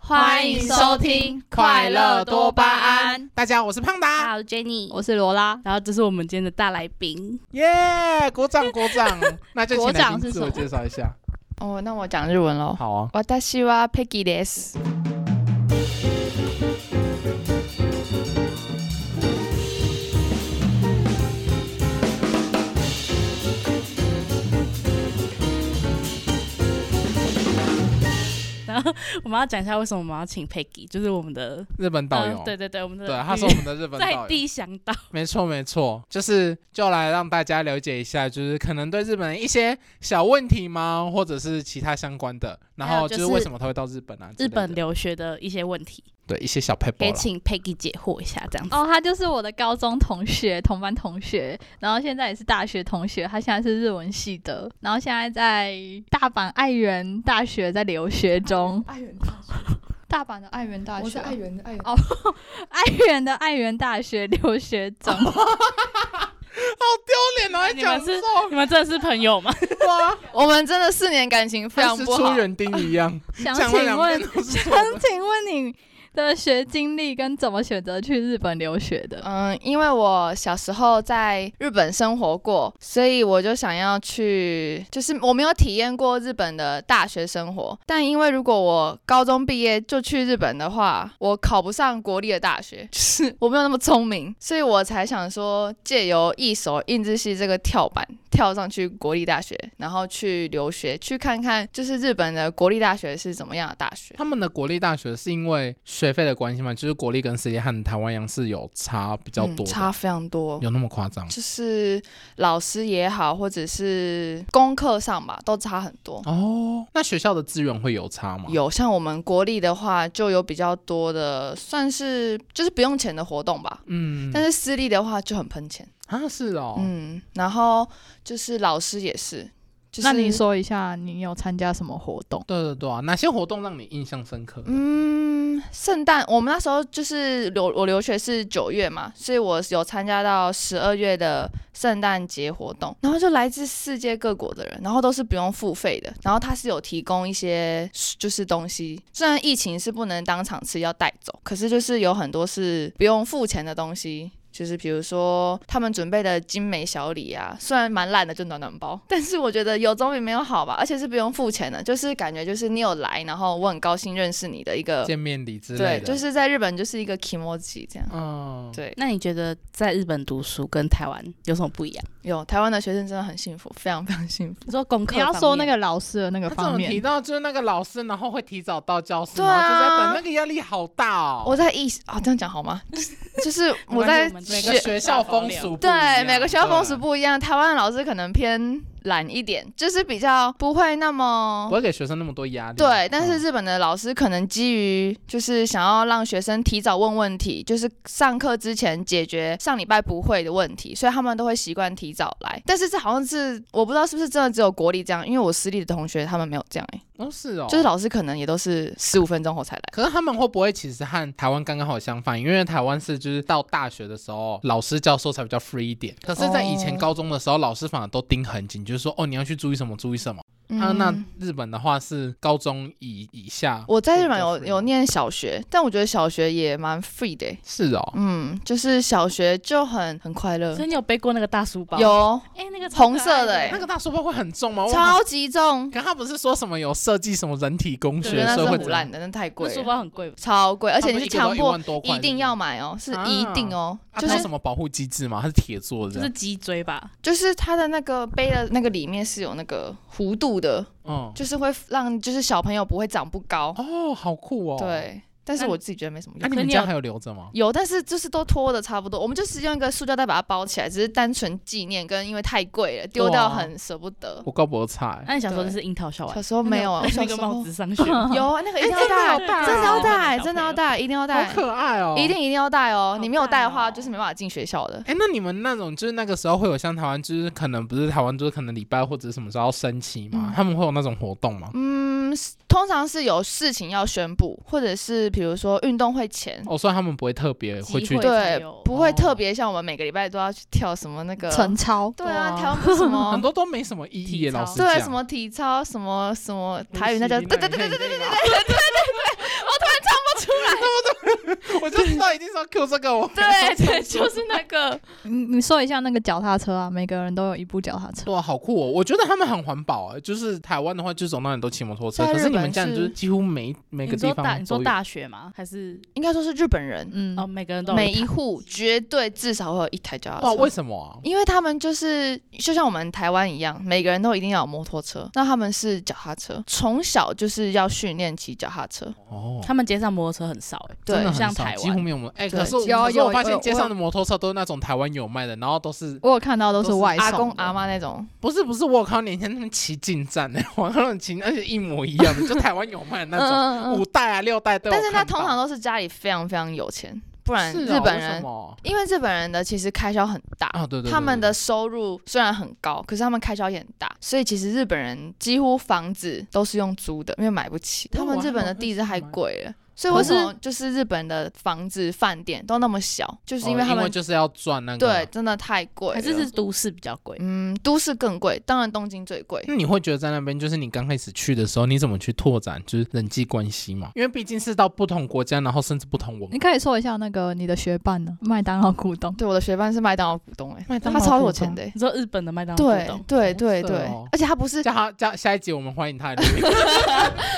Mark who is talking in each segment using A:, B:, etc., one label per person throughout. A: 欢迎收听《快乐多巴胺》。
B: 大家好，我是胖达，
A: 我是 Jenny，我是罗拉，啊然后这是我们今天的大来宾。
B: 耶、鼓掌鼓 掌。那就请
A: 国
B: 来
A: 掌
B: 宾
A: 是
B: 自
A: 什
B: 我
A: 么
B: 介绍一下。
C: 哦，那我讲日文喽。
B: 好啊，
C: 私はペギです。
A: 然后我们要讲一下为什么我们要请 Peggy，就是我们的
B: 日本导游、
A: 呃对对对，我们的
B: 对，啊他是我们的日本导
A: 在
B: 游。
A: 地向导，
B: 没错没错，就是就来让大家了解一下，就是可能对日本一些小问题吗，或者是其他相关的，然
A: 还
B: 后
A: 有
B: 就
A: 就是是
B: 为什么他会到日本啊之
A: 日
B: 类的？
A: 本留学的一些问题，
B: 对一些小 p a p
A: 可
B: e
A: 以
B: r
A: 请 Peggy 解惑一下，这样子。
D: 哦，他就是我的高中同学，同班同学，然后现在也是大学同学。他现在是日文系的，然后现在在大阪爱媛大学在留学中。
C: 爱媛大学，
D: 大阪的爱媛大
C: 我
D: 学
C: 是，爱媛的啊爱媛。
D: 哦爱媛的爱媛大学留学中。
B: 好丢脸哦，还
A: 你们
B: 讲
A: 是
B: 错
A: 你们真的是朋 友吗？
B: 话，
C: 我们真的四年感情非
B: 像
C: 常
B: 是
C: 不
B: 出
C: 好。
B: 园丁 一样。
D: 想
B: 讲
D: 请
B: 了两
D: 问
B: 遍，都是错的
D: 想请问你的学经历跟怎么选择去日本留学的？
C: 嗯，因为我小时候在日本生活过，所以我就想要去，就是我没有体验过日本的大学生活。但因为如果我高中毕业就去日本的话，我考不上国立的大学， 就是我没有那么聪明，所以我才想说借由一手硬志系这个跳板跳上去国立大学，然后去留学，去看看就是日本的国立大学是怎么样的大学。
B: 他们的国立大学是因为学费的关系嘛，就是国立跟私立和台湾一样是有差比较
C: 嗯
B: 多的、
C: 差非常多，
B: 有那么夸张？
C: 就是老师也好，或者是功课上吧，都差很多。
B: 哦，那学校的资源会有差吗？，
C: 有像我们国立的话，就有比较多的，算是就是不用钱的活动吧。
B: 嗯，
C: 但是私立的话就很喷钱，
B: 啊是哦，
C: 嗯，然后就是老师也是，就是
D: 那你，说一下，你有参加什么活动？
B: 对对对啊，哪些活动让你印象深刻？
C: 嗯，圣诞我们那时候就是留我留学是九月嘛，所以我有参加到十二月的圣诞节活动，然后就来自世界各国的人，然后都是不用付费的，然后他是有提供一些就是东西，虽然疫情是不能当场吃，要带走，可是就是有很多是不用付钱的东西。就是比如说他们准备的精美小礼啊，虽然蛮烂的，就暖暖包，但是我觉得有总比没有好吧，而且是不用付钱的，就是感觉就是你有来，然后我很高兴认识你的一个，
B: 见面礼之类
C: 对，
B: 的，
C: 就是在日本就是一个 kimoji 这样，
B: 嗯，
C: 对，
A: 那你觉得在日本读书跟台湾有什么不一样？
C: 有台湾的学生真的很幸福，非常非常幸福。
A: 你说功课
D: 你要
A: 方
D: 说那
A: 面
D: 个老师的那个
B: 他
D: 方
B: 怎么提
D: 面，
B: 到就是那个老师，然后会提早到教室，
C: 对
B: 然后就在
C: 啊
B: 等，那个压力好大哦。
C: 我在意啊，这样讲好 吗？就是我在
A: 没关系
B: 每
A: 我
B: 个
A: 们
C: 学，
B: 学校风俗不一样
C: 对每个学校风俗
B: 对
C: 不一样，台湾的老师可能偏懒一点，就是比较不会那么
B: 不会给学生那么多压力。
C: 对，但是
B: 嗯
C: 日本的老师可能基于就是想要让学生提早问问题，就是上课之前解决上礼拜不会的问题，所以他们都会习惯提早来。但是这好像是我不知道是不是真的只有国立这样，因为我私立的同学他们没有这样、欸，
B: 哦是哦，
C: 就是老师可能也都是十五分钟后才来。
B: 可是他们会不会其实和台湾刚刚好相反？因为台湾是就是到大学的时候，老师教授才比较 free 一点。可是，在以前
C: 哦
B: 高中的时候，老师反而都盯很紧，就是说哦，你要去注意什么，注意什么。
C: 嗯
B: 啊，那日本的话是高中以以下，
C: 我在日本
B: 比
C: 有
B: 较 free
C: 有念小学，但我觉得小学也蛮 free 的欸、
B: 是哦，
C: 嗯，就是小学就很很快乐
A: 所，以你有背过那个大书包？，
B: 哦
C: 有
A: 哎、那个超
C: 红
A: 可爱
C: 色的
A: 的
C: 欸
B: 那个大书包会很重吗？我好。
C: 超级重，
B: 可他不是说什么有设计什么人体工
C: 我
B: 学
C: 觉得，那
B: 所以
C: 是
B: 会
C: 腐
B: 怎样
C: 烂的，那太贵
A: 那书
C: 了，
A: 包很贵吧？
C: 超贵，而
B: 它
C: 且
B: 不
C: 你
B: 是
C: 是
B: 一个都
C: 强
B: 一
C: 迫
B: 万多块
C: 一定要买哦，是
B: 啊
C: 一定哦，
B: 啊
C: 就
B: 它有
C: 是
B: 什么保护机制吗？它是铁做
A: 就
B: 的
A: 是，脊椎吧？
C: 就是它的那个杯的那个里面是有那个弧度的，
B: 嗯，
C: 就是会让就是小朋友不会长不高，
B: 哦，好酷哦。，
C: 对，但是
A: 那
C: 我自己觉得没什么
B: 那
C: 用。
B: 你
A: 所以
B: 们
A: 你
B: 家
A: 有
B: 还有留着吗？
C: 有，但是就是都脱的差不多，我们就使用一个塑胶袋把它包起来，只是单纯纪念，跟因为太贵了，丢掉很舍不得。
B: 我高博欸菜，
A: 那你小时候就是樱桃小丸
C: 小时候没有，我
A: 戴
C: 小
A: 那
C: 时
A: 个
C: 候
A: 帽子上学吗，
C: 有啊，那个一定要
B: 真的好
C: 戴，
B: 大
C: 真的要戴，
A: 哦
C: 真的要戴，一定要戴
B: 好，可爱哦，
C: 一定一定要戴哦
A: 好。
C: 你没有戴的
A: 大
C: 话，
A: 哦
C: 就是没办法进学校的。
B: 哎、那你们那种就是那个时候会有像台湾，就是可能不是台湾，就是可能礼拜或者什么时候要升旗嘛，
C: 嗯
B: 他们会有那种活动吗？
C: 嗯，通常是有事情要宣布，或者是比如说运动会前，
B: 哦，所以他们不会特别会去
A: 集会才
C: 对
A: 有，
C: 不会
B: 哦
C: 特别像我们每个礼拜都要去跳什么那个。
D: 陈超，
C: 对啊，台湾不是什
B: 很
C: 么
B: 多都没什么意义耶，
A: 体操
B: 老师
C: 对什么体操什么什么台语那叫对对对对对对，
B: 对，
C: 突然
B: 都已经说 Q 这个，我
C: 对对，就是那个，
D: 你你说一下那个脚踏车啊，每个人都有一部脚踏车。
B: 哇，好酷哦！我觉得他们很环保啊，就是台湾的话，就是走到哪里都骑摩托车，
C: 在
B: 可是
C: 日
B: 你们
C: 本
B: 这样就是是几乎每每个
A: 你
B: 地
A: 说大
B: 方
A: 你
B: 都
A: 说
B: 有
A: 大学吗？还是
C: 应该说是日本人，
D: 嗯，
A: 哦，每个人都有
C: 每
A: 一
C: 一户绝对至少会有一台脚踏
B: 哇，为
C: 车。
B: 什么啊？
C: 因为他们就是就像我们台湾一样，每个人都一定要有摩托车，那他们是脚踏车，从小就是要训练骑脚踏车。
B: 哦
A: 他。们街上摩托车很少哎、
C: 对
B: 真的很
A: 像
B: 少
A: 台
B: 几乎
A: 湾
B: 没有摩。哎、
C: 对
B: 可是
D: 有
B: 可是
D: 有
B: 我发
D: 有
B: 现街
D: 我
B: 上的摩托车都是那种台湾有卖的，然后都是
D: 我有看到都是外送
C: 阿
D: 的
C: 公阿妈那种，
B: 不是不是，我靠，年前他们骑进站的，我看他们骑，而且一模一样的，就台湾有卖的那种、
C: 嗯嗯嗯
B: 五代啊六代都有
C: 但是他
B: 看到
C: 通常都是家里非常非常有钱，不然
B: 是
C: 日
B: 哦
C: 本
B: 为什
C: 人，
B: 么
C: 因为日本人的其实开销很大，
B: 啊，对对对
C: 他们
B: 对
C: 的收入虽然很高，可是他们开销也很大，所以其实日本人几乎房子都是用租的，因为买不起。
B: 哦
C: 他们日本的地质还贵了，所以为什么就是日本的房子、饭店都那么小，就是因为
B: 哦
C: 他们、
B: 就是要赚那个啊
C: 对。真的太贵了。
A: 还是是都市比较贵。
C: 嗯，都市更贵，当然东京最贵。
B: 那你会觉得在那边，就是你刚开始去的时候，你怎么去拓展就是人际关系嘛？因为毕竟是到不同国家，然后甚至不同文化
D: 你。可以说一下那个你的学伴呢？麦当劳股东。
C: 对，我的学伴是麦当劳股东、欸，
B: 麦当劳
C: 他超有
B: 股
C: 钱
B: 东
C: 的、欸
A: 你说日本的麦当劳
C: 对
A: 不懂
C: 对对
B: 好
C: 对
B: 色哦，
C: 而且他不是
B: 叫他叫下一集我们欢迎他来录音，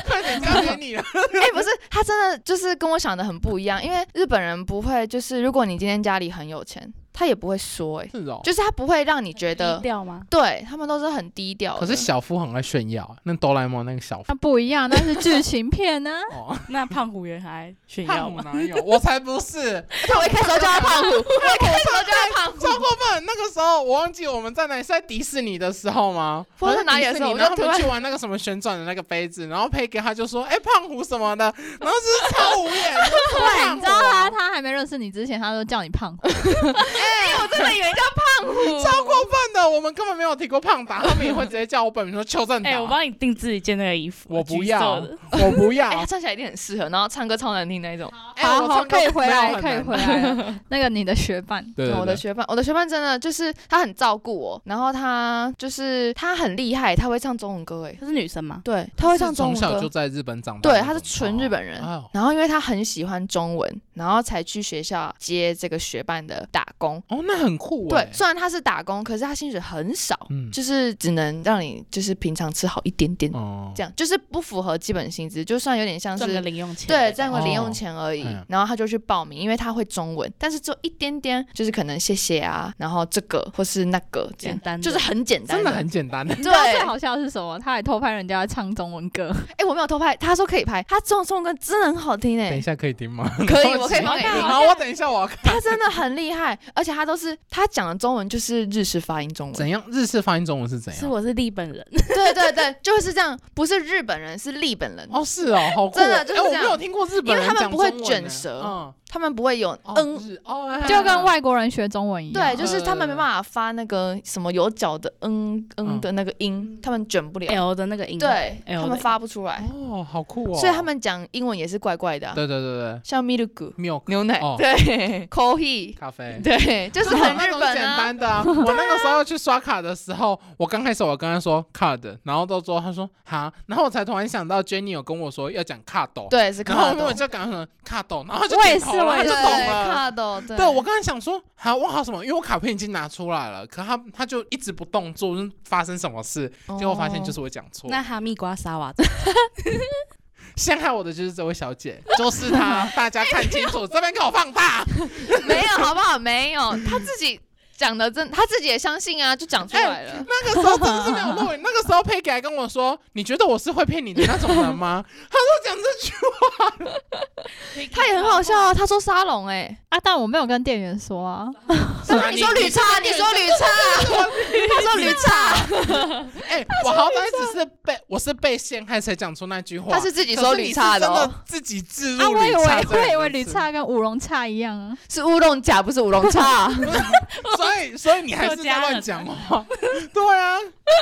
B: 快点交给 你了。
C: 哎、不是，他真的就是跟我想的很不一样，因为日本人不会，就是如果你今天家里很有钱，他也不会说、哎，
B: 是哦，
C: 就是他不会让你觉得
A: 低，调 吗？
C: 对他们都是很低调的。
B: 可是小夫很爱炫耀，那哆啦 A 梦那个小夫
D: 那不一样，那是剧情片啊呢、
B: 哦，
A: 那胖虎也还炫耀
B: 胖虎
A: 吗？
B: 哪有？我才不 是，
C: 他我一开始就叫他胖 虎，我一开始就叫他胖
B: 超
C: 虎，
B: 过分！那个时候我忘记我们在哪里，是在迪士尼的时候吗？
C: 不知道
B: 好像
C: 哪里的
B: 迪
C: 时
B: 士
C: 候
B: 尼
C: 我就
B: 然后
C: 突
B: 他们
C: 然
B: 去玩那个什么旋转的那个杯子，然后佩给他就说：“哎、胖虎什么的。”然后就是超无眼，
D: 对，你知道他他还没认识你之前，他都叫你胖虎。
C: 我真的以为叫胖虎。
B: 超过分的。我们根本没有提过胖达，他们也会直接叫我本名说邱正 达。
A: 哎、我帮你定制一件那个衣服，
B: 我不
A: 橘
B: 要
A: 色的，
B: 我不要
C: 哎、。他唱起来一定很适合，然后唱歌超难听那一种。
B: 哎
D: 好
B: 我
D: 好，
B: 唱歌
D: 可以回
B: 没有
D: 来，
B: 很
D: 可以
B: 难
D: 回来。那个你的学伴，
B: 对
C: 我的学伴，我的学伴真的就是他很照顾我，然后他就是他很厉害，他会唱中文歌，哎，
A: 她是女生吗？
C: 对，他会唱
B: 是从
C: 中文
B: 小
C: 歌
B: 就。在日本长大那
C: 对，
B: 种，
C: 他是纯日本人。
B: 哦
C: 然后因为他很喜欢中文，然后才去学校接这个学伴的打工。
B: 哦，那很酷哎
C: 对，。虽然他是打工，可是他薪水很少，
B: 嗯
C: 就是只能让你就是平常吃好一点点，
B: 哦
C: 这样就是不符合基本薪资，就算有点像
A: 赚个
C: 是。
A: 零用钱，
C: 对，赚个零
B: 哦
C: 用钱而已，
B: 嗯
C: 然后他就去报名，因为他会中文，但是只有一点点，就是可能谢谢啊，然后这个或是那个，这样
A: 简单的
C: 就是很简单，
B: 真的很简单。
D: 你知
C: 对。
D: 道最好笑的是什么？他还偷拍人家唱中文歌，
C: 哎，我没有偷拍，他说可以拍，他中中文歌真的很好听哎
B: 等一，下可以听吗？
C: 可以，我可以放给你。
B: 好，我等一下我要看
C: 他真的很厉害，而且他都是他讲的中文就是日式发音中
B: 怎
C: 文，
B: 样日式发音中文是怎
A: 是
B: 样？
A: 我是日本人，
C: 对对对，就是这样，不是日本人，是日本人，
B: 哦，是哦，好酷哦！
C: 真的就是
B: 哎我
C: 这
B: 没
C: 样
B: 有听过日本人
C: 因为他们
B: 讲
C: 不会
B: 中文呢
C: 卷舌
B: 嗯，
C: 他们不会有
B: 嗯
C: 嗯，，
B: 日哦，哎
D: 就跟外国人学中文一样。
C: 对，就是他们没办法发那个什么有脚的嗯嗯的那个音，他们卷不了，
A: L 的那个音，，
C: 对
A: 哎
C: 他们发不出来，
B: 哦，好酷哦！
C: 所以他们讲英文也是怪怪的啊，
B: 对对对对
C: 像 milk
B: ，milk
C: 牛奶
B: 哦，
C: 对 coffee，
B: 咖啡。
C: 对，就是很
B: 那
C: 日
B: 种
C: 本
B: 简
C: 啊，
B: 单的 啊！我那个时候去刷卡的时候，我刚开始我跟他说 card，然后到最后他说哈，然后我才突然想到 Jenny 有跟我说要讲 card，
C: 对，是
B: 然后
C: 卡
B: 后面
C: 豆
B: 我，就感觉 card，然后他就
D: 我也
B: 点头
D: 是
B: 了
D: 我
B: 他
D: 也
B: 就
D: 就
B: 懂了。
C: 卡豆，对，
B: 对，我刚才想说，哈，我好什么？因为我卡片已经拿出来了，可他他就一直不动作，就是发生什么事？
C: 哦
B: 结果发现就是是我讲错。
A: 那哈密瓜沙瓦，
B: 陷害我的就是这位小姐，就是她，大家看清楚，这边给我放大。
C: 哦没有，好不好？没有，他自己讲的真，他自己也相信啊，就 讲出来了。
B: 哎那个时候真的是没有录 影。那个时候 Peggy 还跟我说：“你觉得我是会骗你的那种人吗？” 他说讲这句
C: 他也很好笑啊，他说沙龙哎、
D: 啊，但我没有跟店员说啊。
B: 话，
C: 你说绿茶，你说绿茶，他说绿茶，
B: 哎，我好歹只是被我是被陷害才讲出那句话。
C: 他是自己说绿茶
B: 可是你是
C: 的、
B: 真
C: 哦，
B: 的自己自入
D: 啊，我以
B: 绿茶
D: 为
B: 这
D: 我以
B: 两
D: 为
B: 个
D: 吕
B: 字
D: 叉跟乌龙叉一样啊。
C: 是乌龙茶，不是乌龙茶。
B: 所以所以你还是在乱讲话。对啊，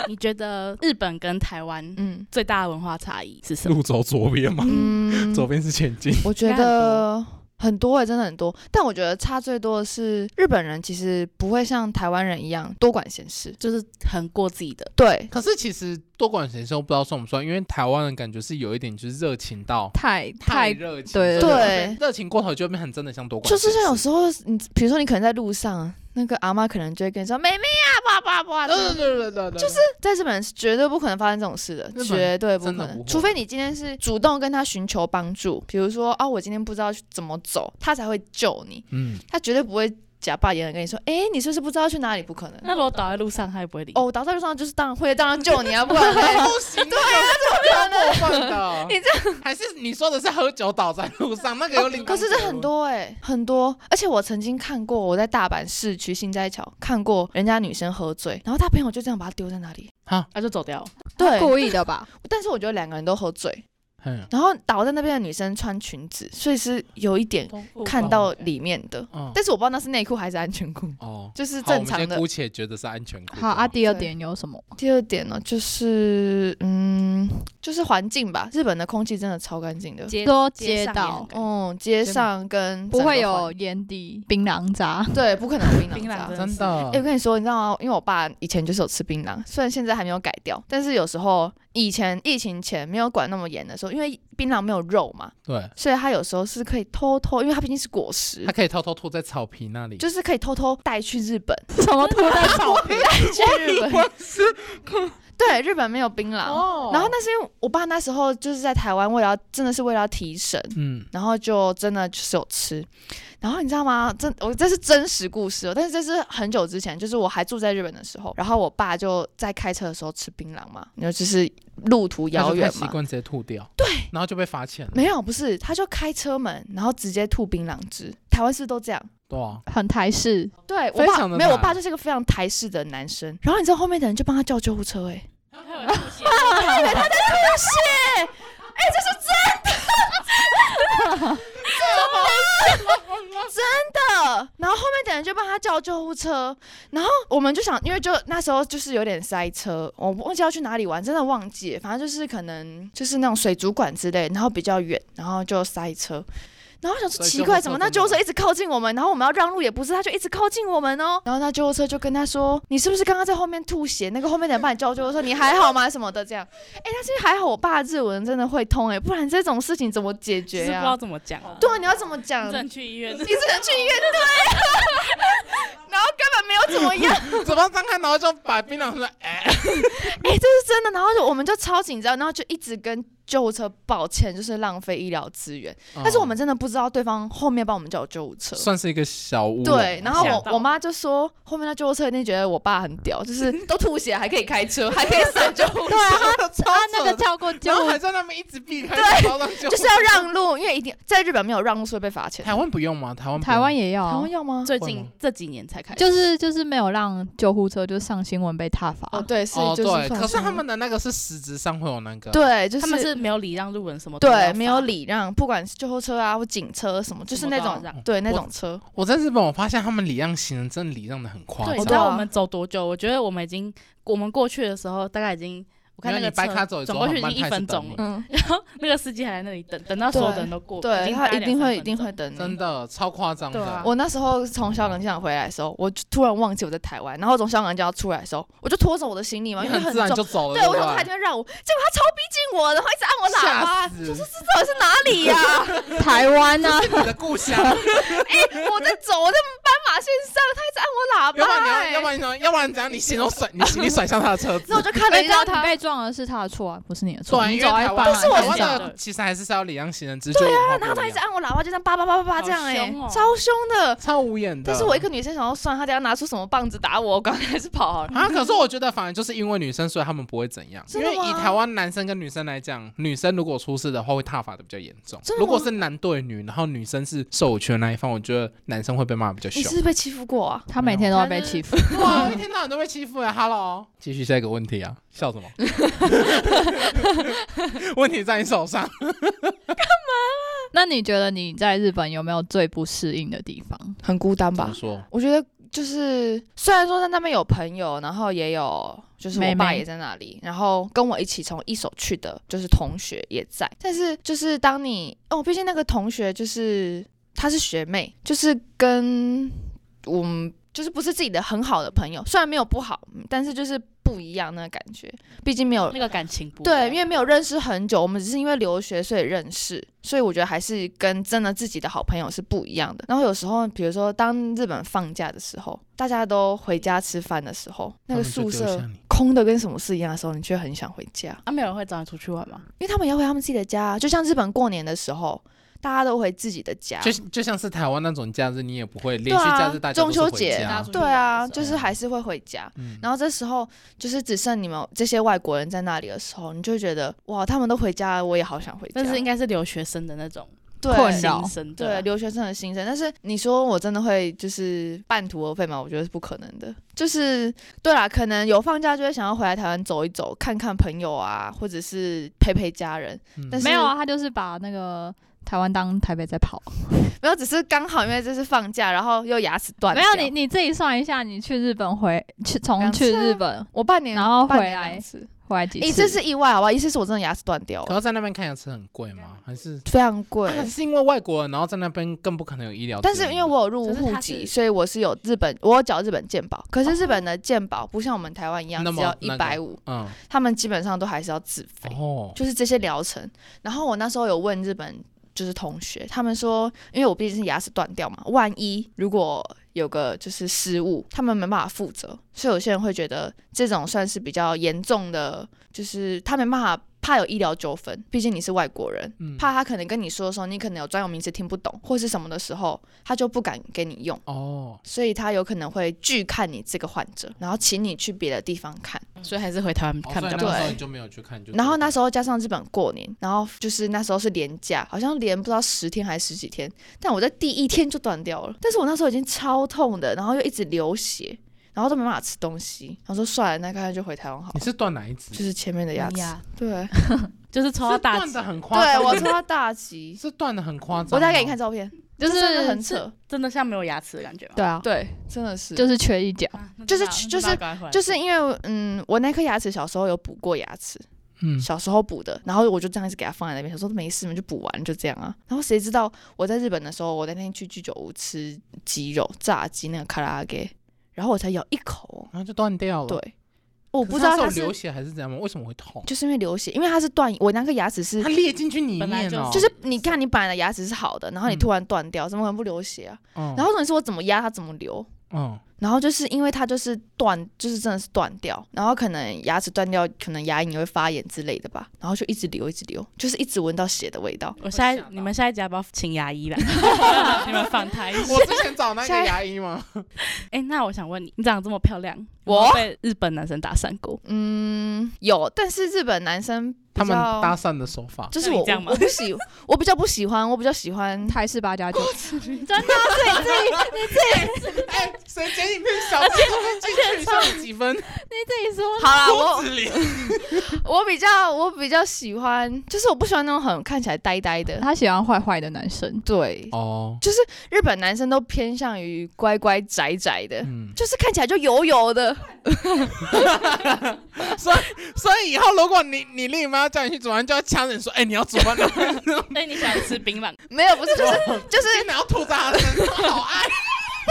A: 你觉得日本跟台湾
C: 嗯
B: 嗯
A: 最大的文化差异是什么？
B: 路走左边嘛，
C: 嗯，
B: 边是前进。
C: 我觉得很多诶、欸真的很多。但我觉得差最多的是日本人其实不会像台湾人一样多管闲事，
A: 就是很过自己的。
C: 对，
B: 可是其实多管闲事，我不知道算不算，因为台湾人感觉是有一点就是热情到
D: 太太
B: 太热情，
D: 对
B: 所以
C: 对
B: 热情过头就会变成真的像多管
C: 就
B: 闲事，
C: 是像有时候你比如说你可能在路上，那个阿妈可能就会跟你说“妹妹啊，哇哇哇”，
B: 对对对对对，就是
C: 在日本人是绝对不可能发生这种事的，
B: 本
C: 绝对不可
B: 真的
C: 能
B: 不，会
C: 除非你今天是主动跟他寻求帮助，比如说啊，我今天不知道怎么走，他才会救你，
B: 嗯，
C: 他绝对不会假扮演的跟你说，哎、你是不是不知道去哪里？不可能。
A: 那如果倒在路上，他也不会理。
C: 哦，，我倒在路上就是当然会当然救你啊，啊不可能，
B: 不行，对啊，
C: 不可能。
B: 过分的，
C: 你
B: 这还是你说的是喝酒倒在路上那个有领，
C: 可是这很。多哎、很多，而且我曾经看过，我在大阪市区新斋桥看过人家女生喝醉，然后她朋友就这样把她丢在那里。
A: 他就走掉了。
C: 对，
D: 故意的吧？
C: 但是我觉得两个人都喝醉，
B: 嗯
C: 然后倒在那边的女生穿裙子，所以是有一点看到里面的，
B: 嗯
C: 但是我不知道那是内裤还是安全裤，
B: 哦，
C: 就是
B: 好，我
C: 正
B: 们
C: 常
B: 先
C: 的。
B: 姑且觉得是安全裤。
D: 好啊，第二点有什么？
C: 第二点呢，就是嗯，就是环境吧，日本的空气真的超干净的，
A: 街
D: 说
A: 街
D: 街道
A: 上也很
C: 嗯，街上跟
D: 不会
C: 整个
D: 有
C: 环，
D: 烟蒂、槟榔渣。
C: 对，不可能有槟
A: 槟
C: 榔
A: 榔
C: 渣。
B: 真
A: 真
B: 的
C: 哎、，我跟你说，你知道吗？因为我爸以前就是有吃槟榔，虽然现在还没有改掉，但是有时候以前疫情前没有管那么严的时候，因为槟榔没有肉嘛，
B: 对，
C: 所以他有时候是可以偷偷，因为它毕竟是果实
B: 他，可以偷偷吐在草皮那里。
C: 就是可以偷偷带去日本，
D: 什么吐在草 皮？
C: 去日本 对，日本没有槟榔。
B: 哦
C: 然后那是因为我爸那时候就是在台湾，为了要真的是为了要提神，
B: 嗯，
C: 然后就真的就是有吃。然后你知道吗？真我这是真实故事、哦，但是这是很久之前，就是我还住在日本的时候，然后我爸就在开车的时候吃槟榔嘛，然后就是路途
B: 他
C: 遥
B: 就太
C: 远
B: 习
C: 嘛。
B: 惯直接吐掉，对，然后就被罚钱了。
C: 没有，不是，他就开车门，然后直接吐槟榔汁。台湾是不是都这样？
B: 对啊，
D: 很台式，
C: 对我
B: 非
C: 爸
B: 常地
C: 没有，我
B: 台
C: 爸就是一个非常台式的男生。然后你知道后面的人就帮他叫救护车、欸，哎，吐血，哎、这是真的，真的。然后后面的人就帮他叫救护车，然后我们就想，因为就那时候就是有点塞车，我忘记要去哪里玩，真的忘记了，反正就是可能就是那种水族馆之类，然后比较远，然后就塞车。然后我想说
B: 所以
C: 奇
B: 救护
C: 怪，
B: 车
C: 怎么
B: 怎
C: 那
B: 么
C: 救护车
B: 了
C: 一直靠近我们，然后我们要让路也不是，他就一直靠近我们哦。然后那救护车就跟他说：“你是不是刚刚在后面吐血？那个后面的人帮你叫救护车，你还好吗？什么的这样。”哎，但是还好我爸日文真的会通哎、不然这种事情怎么解
A: 就是不
C: 决
A: 知
C: 呀、
A: 道怎么讲啊。
C: 对啊，你要怎么讲？
A: 只
C: 你
A: 能去医院。
C: 只能去医院对， 然后根本没有 怎么样，
B: 怎么张开然后就把槟榔说，哎，
C: 哎、这是真的。然后就我们就超紧张，然后就一直跟救护车抱歉，就是浪费医疗资源。
B: 哦
C: 但是我们真的不知道对方后面帮我们叫救护车。
B: 嗯算是一个小屋。啊
C: 对，然后
A: 吓
C: 我
A: 到
C: 我妈就说，后面那救护车一定觉得我爸很屌，就是都吐血还可以开车，还可以闪救护车，
B: 超
D: 他啊那个
B: 扯的
D: 跳过就
B: 然后还在那边一直避开，然后让就
C: 就是要让路，因为一定在日本没有让路是会被罚钱。
B: 台湾不用吗？台湾 不
D: 台湾
B: 用
D: 也要
C: 台
D: 啊，
C: 湾要吗？
A: 最
B: 会
A: 近
B: 吗
A: 这几年才开始，
D: 就是就是没有让救护车就上新闻被踏伐。
C: 哦，对，是
B: 哦，
C: 就是
B: 对，
C: 算
B: 可是
C: 什么
B: 他们的那个是实质上会有那个，
C: 对，就是
A: 他们是没有礼让路人什么都要
C: 对
A: 罚，
C: 没有礼让，不管是救护车啊或警车什么，就是
A: 什么
C: 那
A: 都要
C: 种
A: 让
C: 对那
B: 我
C: 种车，
B: 我在日本，我发现他们礼让行人真的礼让的很夸
A: 对，你
C: 我知
A: 知
B: 张。
C: 道
A: 道
C: 啊
A: 我们走多久？我觉得我们已经，我们过去的时候大概已经，我看那
B: 因为
A: 个
B: 你掰开
A: 车
B: 走
A: 转过去已经一分钟了，
C: 嗯，
A: 然后那个司机还在那里等，等到所有的人都过，已
C: 对，
A: 经
C: 他
A: 大概
C: 一定会一
A: 两三分钟
C: 定会等你。
B: 真的超夸张
A: 对啊
B: 的。
C: 我那时候从小港机场回来的时候，我就突然忘记我在台湾，然后从小港机场出来的时候，我就拖着我的行李嘛，
B: 你
C: 因为
B: 很
C: 很
B: 自然
C: 重。
B: 就走了，
C: 对，
B: 不
C: 我想他一定会让我，结果他超逼近我，然后一直按我喇叭，
B: 吓
C: 这
B: 死！就是
C: 到底是哪里啊 呀、
D: 台湾啊 呢？
B: 你的故乡，
C: 哎我在走，我在斑马线上，他一 直
B: 要
C: 按
B: 不
C: 我
B: 然
C: 喇
B: 你
C: 叭、
B: 要，要不
C: 欸。
B: 然你要，要不然怎样？你行动甩，你行李甩向他的车子
C: 那。我就看了一
D: 你知道
C: 下
D: 你
C: 他，
D: 被撞了是他的错啊，不是你的错。
B: 对，
D: 你
B: 因为
D: 走在
B: 台
D: 斑
B: 湾，
D: 马
C: 是我
B: 台
A: 先
B: 湾
D: 线
A: 讲
D: 上，
B: 的其实还是是要礼让行人，只是对啊
C: 然后他一直按我喇叭，就这样叭叭叭叭叭这样哎、
A: 好凶哦
C: 超凶的。
B: 超无眼的。
C: 但是我一个女生想要算，他等下拿出什么棒子打我，我刚才还是跑好了。
B: 啊，可是我觉得反而就是因为女生，所以他们不会怎样。因
C: 真的
B: 为
C: 吗
B: 以台湾男生跟女生来讲，女生如果出事的话，会踏法的比较严重
C: 真。的
B: 如
C: 吗
B: 果是男对女，然后女生是受屈的那一方，我觉得男生会被骂得比较
C: 你
B: 凶
C: 是。不是被欺负过啊？
D: 他每天都要被欺负。
B: 哇，一天到晚都被欺负呀！Hello，继欸续下一个问题啊，笑 什么？ 问题在你手上。
D: 那你觉得你在日本有没有最不适应的地方？
C: 很孤单
B: 怎
C: 吧
B: 么？说？
C: 我觉得就是虽然说在那边有朋友，然后也有就是我
D: 妹
C: 爸
D: 妹
C: 也在那里，然后跟我一起从一手去的就是同学也在，但是就是当你哦，毕竟那个同学就是。她是学妹，就是跟我们就是不是自己的很好的朋友，虽然没有不好，嗯但是就是不一样那个感觉，毕竟没有
A: 那个感情不一
C: 对，
A: 样
C: 因为没有认识很久，我们只是因为留学所以认识，所以我觉得还是跟真的自己的好朋友是不一样的。然后有时候，比如说当日本放假的时候，大家都回家吃饭的时候，那个
B: 他
C: 宿
B: 们就丢
C: 舍
B: 下你
C: 空的跟什么事一样的时候，你却很想回家，
A: 啊，没有人会找你出去玩吗？
C: 因为他们也要回他们自己的家啊，就像日本过年的时候，大家都回自己的家。
B: 就就像是台湾那种假日，你也不会连
C: 啊对
B: 续
C: 啊
B: 假日大家都是
C: 中秋
B: 回
C: 节
B: 家
A: 大家出去
C: 对
A: 玩的
C: 啊，
A: 时候
C: 就是还是会回家。
B: 嗯
C: 然后这时候就是只剩你们这些外国人在那里的时候，你就会觉得哇，他们都回家了，我也好想回家。
A: 但是应该是留学生的那种
C: 对
D: 困扰
A: 心声，
C: 对
A: 啊
C: 留学生的心声。但是你说我真的会就是半途而废吗？我觉得是不可能的。就是对啦，可能有放假就会想要回来台湾走一走，看看朋友啊，或者是陪陪家人。
B: 嗯
C: 但是
D: 没有啊，他就是把那个台湾当台北在跑。
C: 没有，只是刚好因为这是放假，然后又牙齿断
D: 没
C: 掉。
D: 有你你自己算一下，你去日本回去从
C: 两次
D: 去
C: 啊
D: 日本
C: 我半年
D: 然后
C: 半
D: 回
C: 年
D: 来
C: 两次
D: 回来几次？
C: 一次是意外好啊不好？一次是我真的牙齿断掉
B: 可
C: 了，
B: 要在那边看牙齿很贵吗？还是
C: 非常 贵。
B: 啊是因为外国人，然后在那边更不可能有医疗资
C: 但
B: 源？
C: 是因为我有入
A: 可是
C: 户
A: 它
C: 籍，
A: 是
C: 所以我是有日本，我有缴日本健保。可是日本的健保不像我们台湾一样
B: 那
C: 只
B: 么
C: 要一
B: 那个
C: 百五，
B: 嗯
C: 他们基本上都还是要自费。
B: 哦，
C: 就是这些疗程。然后我那时候有问日本就是同学，他们说，因为我毕竟是牙齿断掉嘛，万一如果有个就是失误，他们没办法负责，所以有些人会觉得这种算是比较严重的，就是他没办法。怕有医疗纠纷，毕竟你是外国人，
B: 嗯
C: 怕他可能跟你说的时候，你可能有专有名词听不懂或是什么的时候，他就不敢给你用，
B: 哦，
C: 所以他有可能会拒看你这个患者，然后请你去别的地方看。
A: 所以还是回台湾
B: 哦
A: 看比
B: 所以
A: 较
B: 那
A: 多
B: 个时候
C: 对
B: 你就没有去看，就
C: 然后那
B: 时
C: 时候加上日本过年，然后就是那时候是连假，好像连不知道十天还是十几天，但我在第一天就断掉了。但是我那时候已经超痛的，然后又一直流血，然后都没办法吃东西。然后说算了，那干脆就回台湾好
B: 你
C: 了，
B: 是断哪一指？
C: 就是前面的
D: 哎
C: 牙齿。
A: 呀，
C: 对，
A: 就是抽到
B: 是
A: 大
B: 断
A: 吉
B: 的很夸
C: 对
B: 张，
C: 我抽到大 吉，
B: 是断的很夸张。
C: 我再给你看，照片，
D: 就
C: 这真的
D: 是
C: 很扯。
A: 真的像没有牙齿的感觉吗？
D: 对啊，
C: 对，真的是，
D: 就是缺一角。
A: 啊，那
C: 就是
A: 真的啊
C: 就
A: 那真的要赶快回来
C: 就是因为嗯，我那颗牙齿小时候有补过牙齿，
B: 嗯，
C: 小时候补的，然后我就这样一直给它放在那边，想说没事嘛，就补完就这样啊。然后谁知道我在日本的时候，我那天去居酒屋吃鸡肉炸鸡那个卡拉给，然后我才咬一口，哦
B: 然后就断掉了。
C: 对，我
B: 可是
C: 不知道
B: 它
C: 它
B: 是有流
C: 是
B: 血还是怎样吗？为什么会痛？
C: 就是因为流血，因为它是断，我那颗牙齿是
B: 它裂进去里
A: 本来
B: 面哦，
C: 就是你看你本来的牙齿是好的，然后你
B: 嗯
C: 突然断掉，怎么可能不流血啊？
B: 嗯，
C: 然后重点是我怎么压它怎么流，
B: 嗯，
C: 然后就是因为它就是断，就是真的是断掉，然后可能牙齿断掉，可能牙龈也会发炎之类的吧，然后就一直流，一直流，就是一直闻到血的味道。
A: 我下一
B: 到
A: 你们下一集要不要请牙医来？ 你们访谈一下。
B: 我之前找那个
C: 下一
B: 牙医 嘛，
A: 哎、那我想问你，你长这么漂亮，有
C: 我
A: 没有被日本男生搭讪 过？
C: 嗯，有，但是日本男生比
B: 他们
C: 较
B: 搭讪的手法，
C: 就是
A: 像你
C: 我
A: 这样吗
C: 我我不喜， 我比较不喜欢，我比较喜欢
D: 台式八加九，真的
B: 哎，谁剪影片小而且进去上几分？
D: 自己说
C: 好啦，
B: 郭
C: 我
B: 子林，
C: 我比较我比较喜欢，就是我不喜欢那种很看起来呆呆的。
D: 他喜欢坏坏的男生，
C: 对，
B: 哦，
C: 日本男生都偏向于乖乖宅宅的，
B: 嗯，
C: 就是看起来就油油的。
B: 所以以后如果你你另一半要叫你去煮饭，就要呛人说，哎，你要煮饭了，
A: 所以你喜欢吃槟榔？
C: 没有，不是，就是就是
B: 你要吐在他身上，好爱。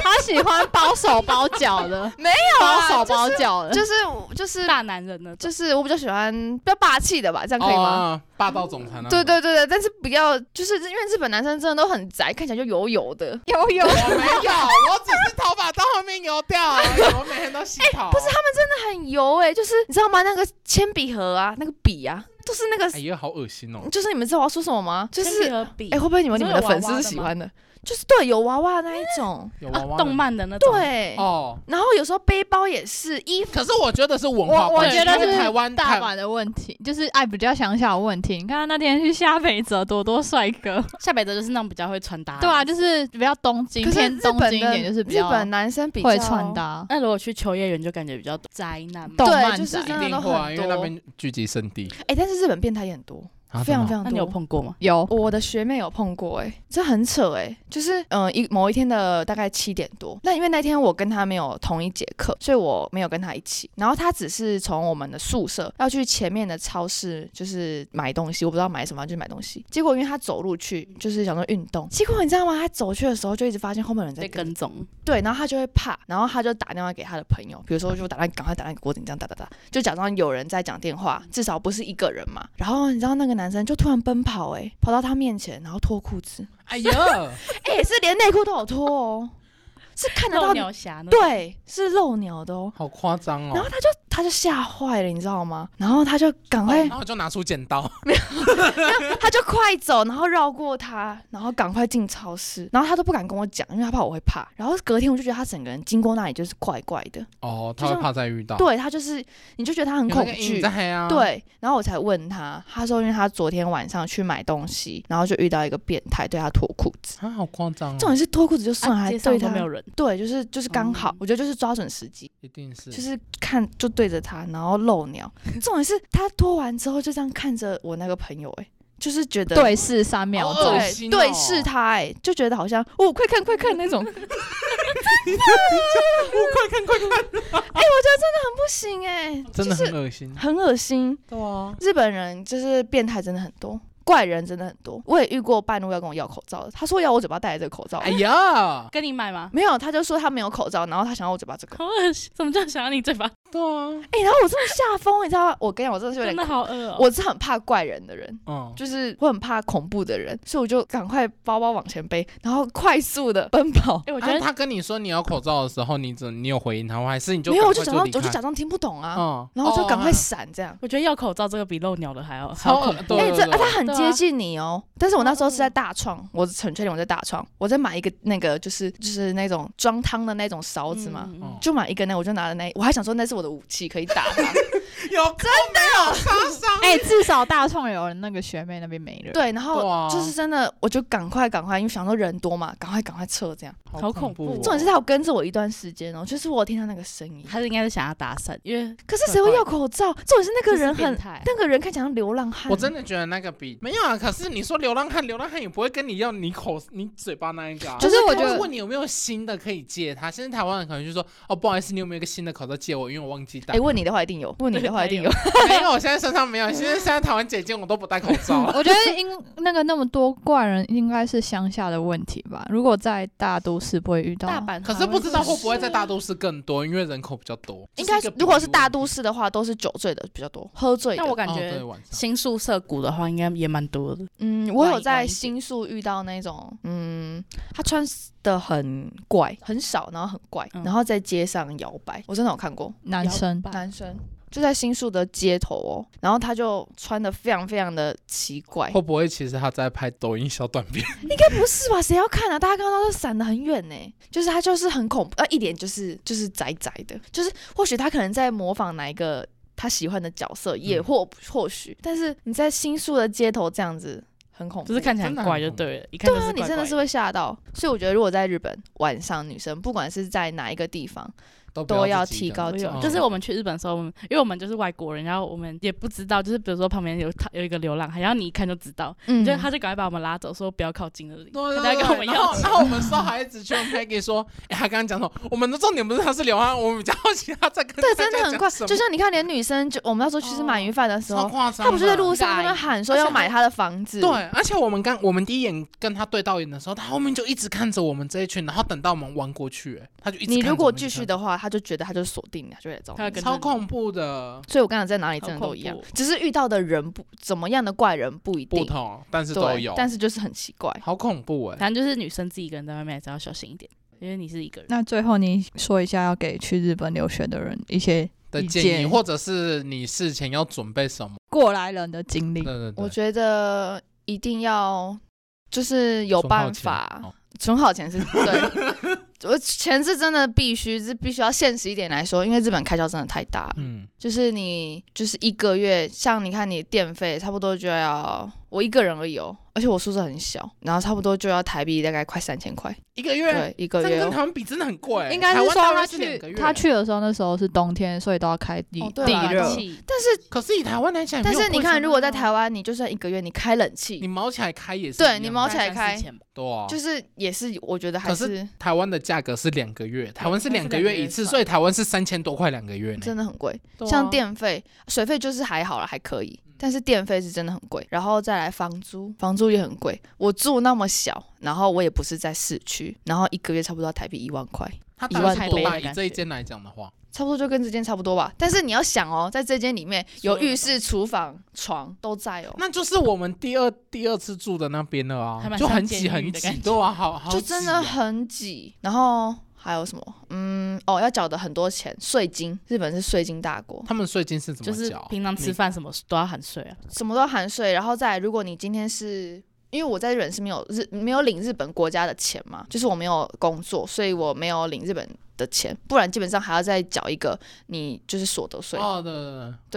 D: 他喜欢包手包脚 的，
C: 没
D: 有
C: 啊
D: 包手包脚的，
C: 就是就 是
A: 大男人呢？
C: 就是我比较喜欢比较霸气的吧，这样可以吗？
B: 哦？霸道总裁那
C: 对
B: 种，
C: 对对对，但是不要，就是因为日本男生真的都很宅，看起来就油油的。
D: 有有
B: 我没有，我只是头发到后面油掉而已，我每天都洗头。不是他们，
C: 很油哎、就是你知道吗？那个铅笔盒啊，那个笔啊，都是那个，
B: 哎呀，好恶心哦！
C: 就是你们知道我要说什么吗？就是
A: 铅笔
C: 哎、
A: 和笔，
C: 会不会你们你
A: 你
C: 们
A: 说
C: 的
A: 有娃
C: 粉丝
A: 娃
C: 是
A: 的
C: 喜
A: 吗
C: 欢的？就是对，有娃娃那一种，
B: 有
A: 啊
B: 娃娃的
A: 动漫的那种。，
C: 对。
B: 哦。
C: 然后有时候背包也是，衣服
B: 可是我觉得是文化
D: 我
B: 关系，
D: 觉得
B: 因为
D: 是
B: 台湾
D: 大
B: 台
D: 阪的问题，就是爱比较乡下的问题。你看他那天去下北泽，多多帅哥，
A: 下北泽就是那种比较会穿搭。
D: 对啊，，就是比较东京，
C: 啊可是
D: 偏
C: 日
D: 东
C: 本
D: 京一
C: 的
D: 点，就是比
C: 日
D: 较
C: 本男生比较嗯
D: 会穿，搭。
A: 那如果去秋叶原就感觉比较宅男嘛。
D: 动
C: 对，
D: 漫
C: 就是
D: 宅
C: 真
B: 一
C: 的
B: 定
C: 都
B: 会啊，
C: 很
B: 因为那
C: 多。
B: 边聚集圣地
C: 哎、但是日本变态也很多，
B: 啊
C: 非常非
B: 真的哦
C: 常
A: 那
C: 多。
A: 你有碰过吗？
D: 有
C: 我的学妹有碰过、欸，这很扯哎、就是嗯、呃一某一天的大概七点多，那因为那天我跟她没有同一节课，所以我没有跟她一起，然后她只是从我们的宿舍要去前面的超市，就是买东西，我不知道买什么，就买东西。结果因为她走路去，就是想说运动，结果你知道吗？她走去的时候就一直发现后面有人在
A: 被
C: 跟，
A: 跟踪，
C: 对，然后她就会怕，然后她就打电话给她的朋友，比如说就打电话赶快打电话给郭子，你这样打打打，就假装有人在讲电话，至少不是一个人嘛。然后你知道那个男生就突然奔跑、欸，跑到她面前，然后脱裤子，
B: 哎呦，
C: 哎、是连内裤都有脱哦，是看得
A: 漏
C: 到，
A: 鸟侠啊呢？，
C: 对，是露鸟的哦。
B: 好夸张哦！
C: 然后他就他就吓坏了，你知道吗？然后他就赶
B: 哦
C: 快
B: 然，后就拿出剪刀，
C: 他就快走，然后绕过他，然后赶快进超市。然后他都不敢跟我讲，因为他怕我会怕。然后隔天我就觉得他整个人经过那里就是怪怪的，
B: 哦，
C: 就
B: 他会
C: 像
B: 怕再遇到，
C: 对他就是，你就觉得他很
B: 有
C: 恐
B: 那个
C: 惧
B: 影。在啊，，
C: 对，然后我才问他，他说因为他昨天晚上去买东西，然后就遇到一个变态对他脱裤子，
B: 啊，好夸张哦，
C: 重点是脱裤子就算了，
A: 啊，
C: 还
A: 街
C: 对
A: 上
C: 他
A: 都没有人，
C: 对，就是就是刚好，
A: 嗯
C: 我觉得就是抓准时机，
B: 一定是，
C: 就是看就对着他，然后露 鸟。重点是他脱完之后就这样看着我那个朋友、欸，就是觉得
D: 对视三秒
B: 好
D: 钟
B: 恶，
C: 对
B: 心哦哦
C: 对视他、欸，就觉得好像哦，快看快看那 种。真的，
B: 快看快看，
C: 哎、我觉得真的很不行哎、
B: 真的
C: 就是
B: 很恶 心，
C: 很恶心。
B: 对啊，
C: 日本人就是变态真的很多，怪人真的很多。我也遇过半路要跟我要口罩的，他说要我嘴巴戴这个口罩，
B: 哎呀，
A: 跟你买 吗？
C: 没有，他就说他没有口罩，然后他想要我嘴巴这个。
A: 好恶心！怎么叫想要你嘴巴？
B: 对啊，
C: 哎、然后我真的吓疯，你知道吗？我跟你讲，我真的是有
A: 真
C: 点
A: 的好恶哦！
C: 我是很怕怪人的人，
B: 嗯，
C: 就是我很怕恐怖的人，所以我就赶快包包往前背，然后快速的奔跑。
A: 哎，我觉
B: 啊，
A: 得
B: 他跟你说你有口罩的时候，你怎你有回应他吗，还是你就
C: 没有，我
B: 赶快
C: 就假装，我
B: 离开
C: 就假装听不懂啊，
B: 嗯，
C: 然后就赶快
B: 哦
C: 闪这样。
A: 我觉得要口罩这个比漏鸟的还要
B: 超
A: 好
B: 恶
A: 恐怖
B: 对
C: 哎、
B: 对
C: 这、
B: 对
C: 啊、他很
A: 对啊
C: 接近你哦、但是我那时候是在大创，我很确定我在大创，我在买一个那个就是就是那种装汤的那种勺子嘛，
A: 嗯嗯
B: 哦
A: 嗯
C: 就买一个那个，我就拿了那，我还想说那是我的武器，可以打他。
B: 有真的有杀伤，
D: 哎，至少大创有人那个学妹那边没人。
C: 对，然
B: 对啊
C: 后就是真的，我就赶快赶快，因为想说人多嘛，赶快赶快撤这样。
A: 好恐怖
B: 哦
C: 重点是他有跟着我一段时间哦、就是我有听到那个声音，
A: 他是应该是想要搭讪，因为
C: 可是谁会要口罩？重点是那个人
A: 这是变
C: 很，
A: 态
C: 那个人看起来像流浪汉。
B: 我真的觉得那个比没有啊，可是你说流浪汉，流浪汉也不会跟你要你口你嘴巴那一个、啊，
D: 就是我觉
B: 他会
D: 得。
B: 问你有没有新的可以借他。现在台湾人可能就说哦，不好意思，你有没有一个新的口罩借我？因为我忘记带
C: 哎、。问你的话一定有，问你的话一定有。
B: 没有，我现在身上没有。现在现在台湾姐姐我都不戴口罩
D: 我觉得因那个那么多怪人，应该是乡下的问题吧。如果在大都市不会遇到，
C: 啊
A: 大阪
B: 可是不知道会不会在大都市更多，因为人口比较多。
C: 应该
B: 这一个
C: 如果是大都
B: 比
C: 市的话，都是酒醉的比较多，喝醉
A: 好像是，但
C: 的。
A: 我
B: 例
A: 感
B: 哦对
A: 觉
B: 晚上
A: 新宿舍谷的话，应该也蛮多的。
C: 嗯，我有
A: 晚
C: 在
A: 一点
C: 新宿遇到那种，嗯，他穿的很怪，很少，然后很怪，
A: 嗯
C: 然后在街上摇摆。我真的有看过
D: 男生
A: 吧
C: 男生就在新宿的街头哦，然后他就穿的非常非常的奇怪。
B: 会不会其实他在拍抖音小短片？
C: 不是吧？谁要看啊？大家看到他闪的很远呢，就是他就是很恐怖，呃，一点就是就是宅宅的，就是或许他可能在模仿哪一个他喜欢的角色，也或或许，但是你在新宿的街头这样子很恐怖，
A: 就是看起来
B: 哦真的
A: 很
B: 很
A: 怪就
B: 恐怖
A: 对了，一看
C: 对
A: 就是
C: 啊，
A: 怪
C: 你真的
A: 怪
C: 是会吓到。所以我觉得，如果在日本晚上，女生不管是在哪一个地方，
B: 都不
C: 都
B: 要
C: 要
B: 自己一
C: 提
B: 个人
C: 高警
A: 有
B: 哦，
A: 就是我们去日本的时候，我们因为我们就是外国人，然后我们也不知道，就是比如说旁边有他有一个流浪汉，然后你一看就知道，
C: 嗯
A: 就他就赶快把我们拉走，说不要靠近那里，
B: 对
A: 他
B: 对
A: 在
B: 对，
A: 跟我们
B: 然后
A: 要钱
B: 然后我们说孩子去问 Peggy 说，哎、他刚刚讲什么？我们的重点不是他是流浪汉，我们比较好奇他在跟
C: 对，
B: 大
C: 真
B: 家
C: 的很
B: 讲
C: 快。
B: 什么哦
C: 就像你看，连女生就我们那时候去吃鳗鱼饭的时
B: 超
C: 候，
B: 夸张的，
C: 她不是在路上
D: 很
C: 在那
D: 尬
C: 边喊说要买她的房子，
B: 对，，而且我们刚我们第一眼跟他对到眼的时候，他后面就一直看着我们这一群，然后等到我们玩过去，哎他就一直
C: 你
B: 看着
C: 如
B: 我
C: 果
B: 们
C: 继续的话，他就觉得他就锁定了，就会来找
A: 他要
C: 你。
A: 跟着
B: 超
A: 你
B: 恐怖的
C: 所以我刚才在哪里真的都一样
A: 好恐，
C: 只是遇到的人不怎么样的怪人不一
B: 不
C: 定，
B: 同，但是都
C: 对
B: 有，，
C: 但是就是很奇怪。
B: 好恐怖哎、
A: 反正就是女生自己一个人在外面还是要小心一点，因为你是一个人。
D: 那最后你说一下要给去日本留学的人一些
B: 的
D: 理
B: 建议，
D: 解
B: 或者是你事前要准备什么？
D: 过来人的经历
B: 对。对
C: 我
B: 对，
C: 觉得一定要就是有
B: 存好
C: 办
B: 钱
C: 法
B: 哦
C: 存 好钱是对，我钱是真的必须是必须要现实一点来说，因为日本开销真的太大了，
B: 嗯，
C: 就是你就是一个月，像你看你电费差不多就要我一个人而已哦，而且我宿舍很小，然后差不多就要台币大概快三千块，
B: 一个月，
C: 对，一
B: 这
C: 个
B: 个
C: 月
B: 跟
C: 哦。
B: 台湾比真的很贵。
D: 应该是
B: 台
D: 说
B: 湾大概
D: 他
B: 是两个
D: 去
B: 月
D: 他，去的时候，那时候是冬天，所以都要开地、
C: 哦
A: 啊
C: 对
D: 地
B: 啊
C: 啦
D: 热
C: 冷。
A: 气
B: 可是以台湾来讲，
C: 但是你看，如果在
B: 湾，
C: 台湾，你就算一个月你开冷
B: 啊你
C: 气，
B: 毛起来开也是
C: 对
B: 一样
C: 你毛
A: 大
C: 起
A: 概
C: 来
A: 三四
C: 开
A: 千吧
B: 对啊，
C: 就是也是我觉得还
B: 可是
C: 是
B: 台湾的价格是两个月，台湾是两个月一次，
C: 对
B: 所以台湾是三千多块两个月呢。
C: 真的很贵。
B: 对啊嗯
C: 像电费、水费就是还好了，还可以，但是电费是真的很贵。然后再来房租，房租也很贵。我住那么小，然后我也不是在市区，然后一个月差不多要台币一万块，
B: 它
C: 一万
B: 大概
C: 多
B: 多大？
A: 的
B: 以
A: 感
B: 这一
A: 觉
B: 间来讲的话，
C: 差不多就跟这间差不多吧。但是你要想哦，在这间里面
A: 所
C: 有
A: 有的
C: 浴室、厨房、床都在哦，
B: 那就是我们第二第二次住的那边了
A: 还
B: 啊，
A: 蛮
B: 就
A: 像
B: 很挤
A: 监狱
B: 很
A: 的
B: 挤，
A: 感觉
B: 对啊，好好
C: 就真
B: 挤
C: 的
B: 哦
C: 很挤。然后还有什么？嗯，哦，要缴的很多钱，税金。日本是税金大国，
B: 他们税金是怎
A: 就
B: 么
A: 是
B: 缴啊？
A: 平常吃
B: 你
A: 饭什么都要含税啊，
C: 什么都含税。然后再来如果你今天是因为我在日本是没有日没有领日本国家的钱嘛，就是我没有工作，所以我没有领日本的钱，不然基本上还要再缴一个你就是所得税，
B: 哦，对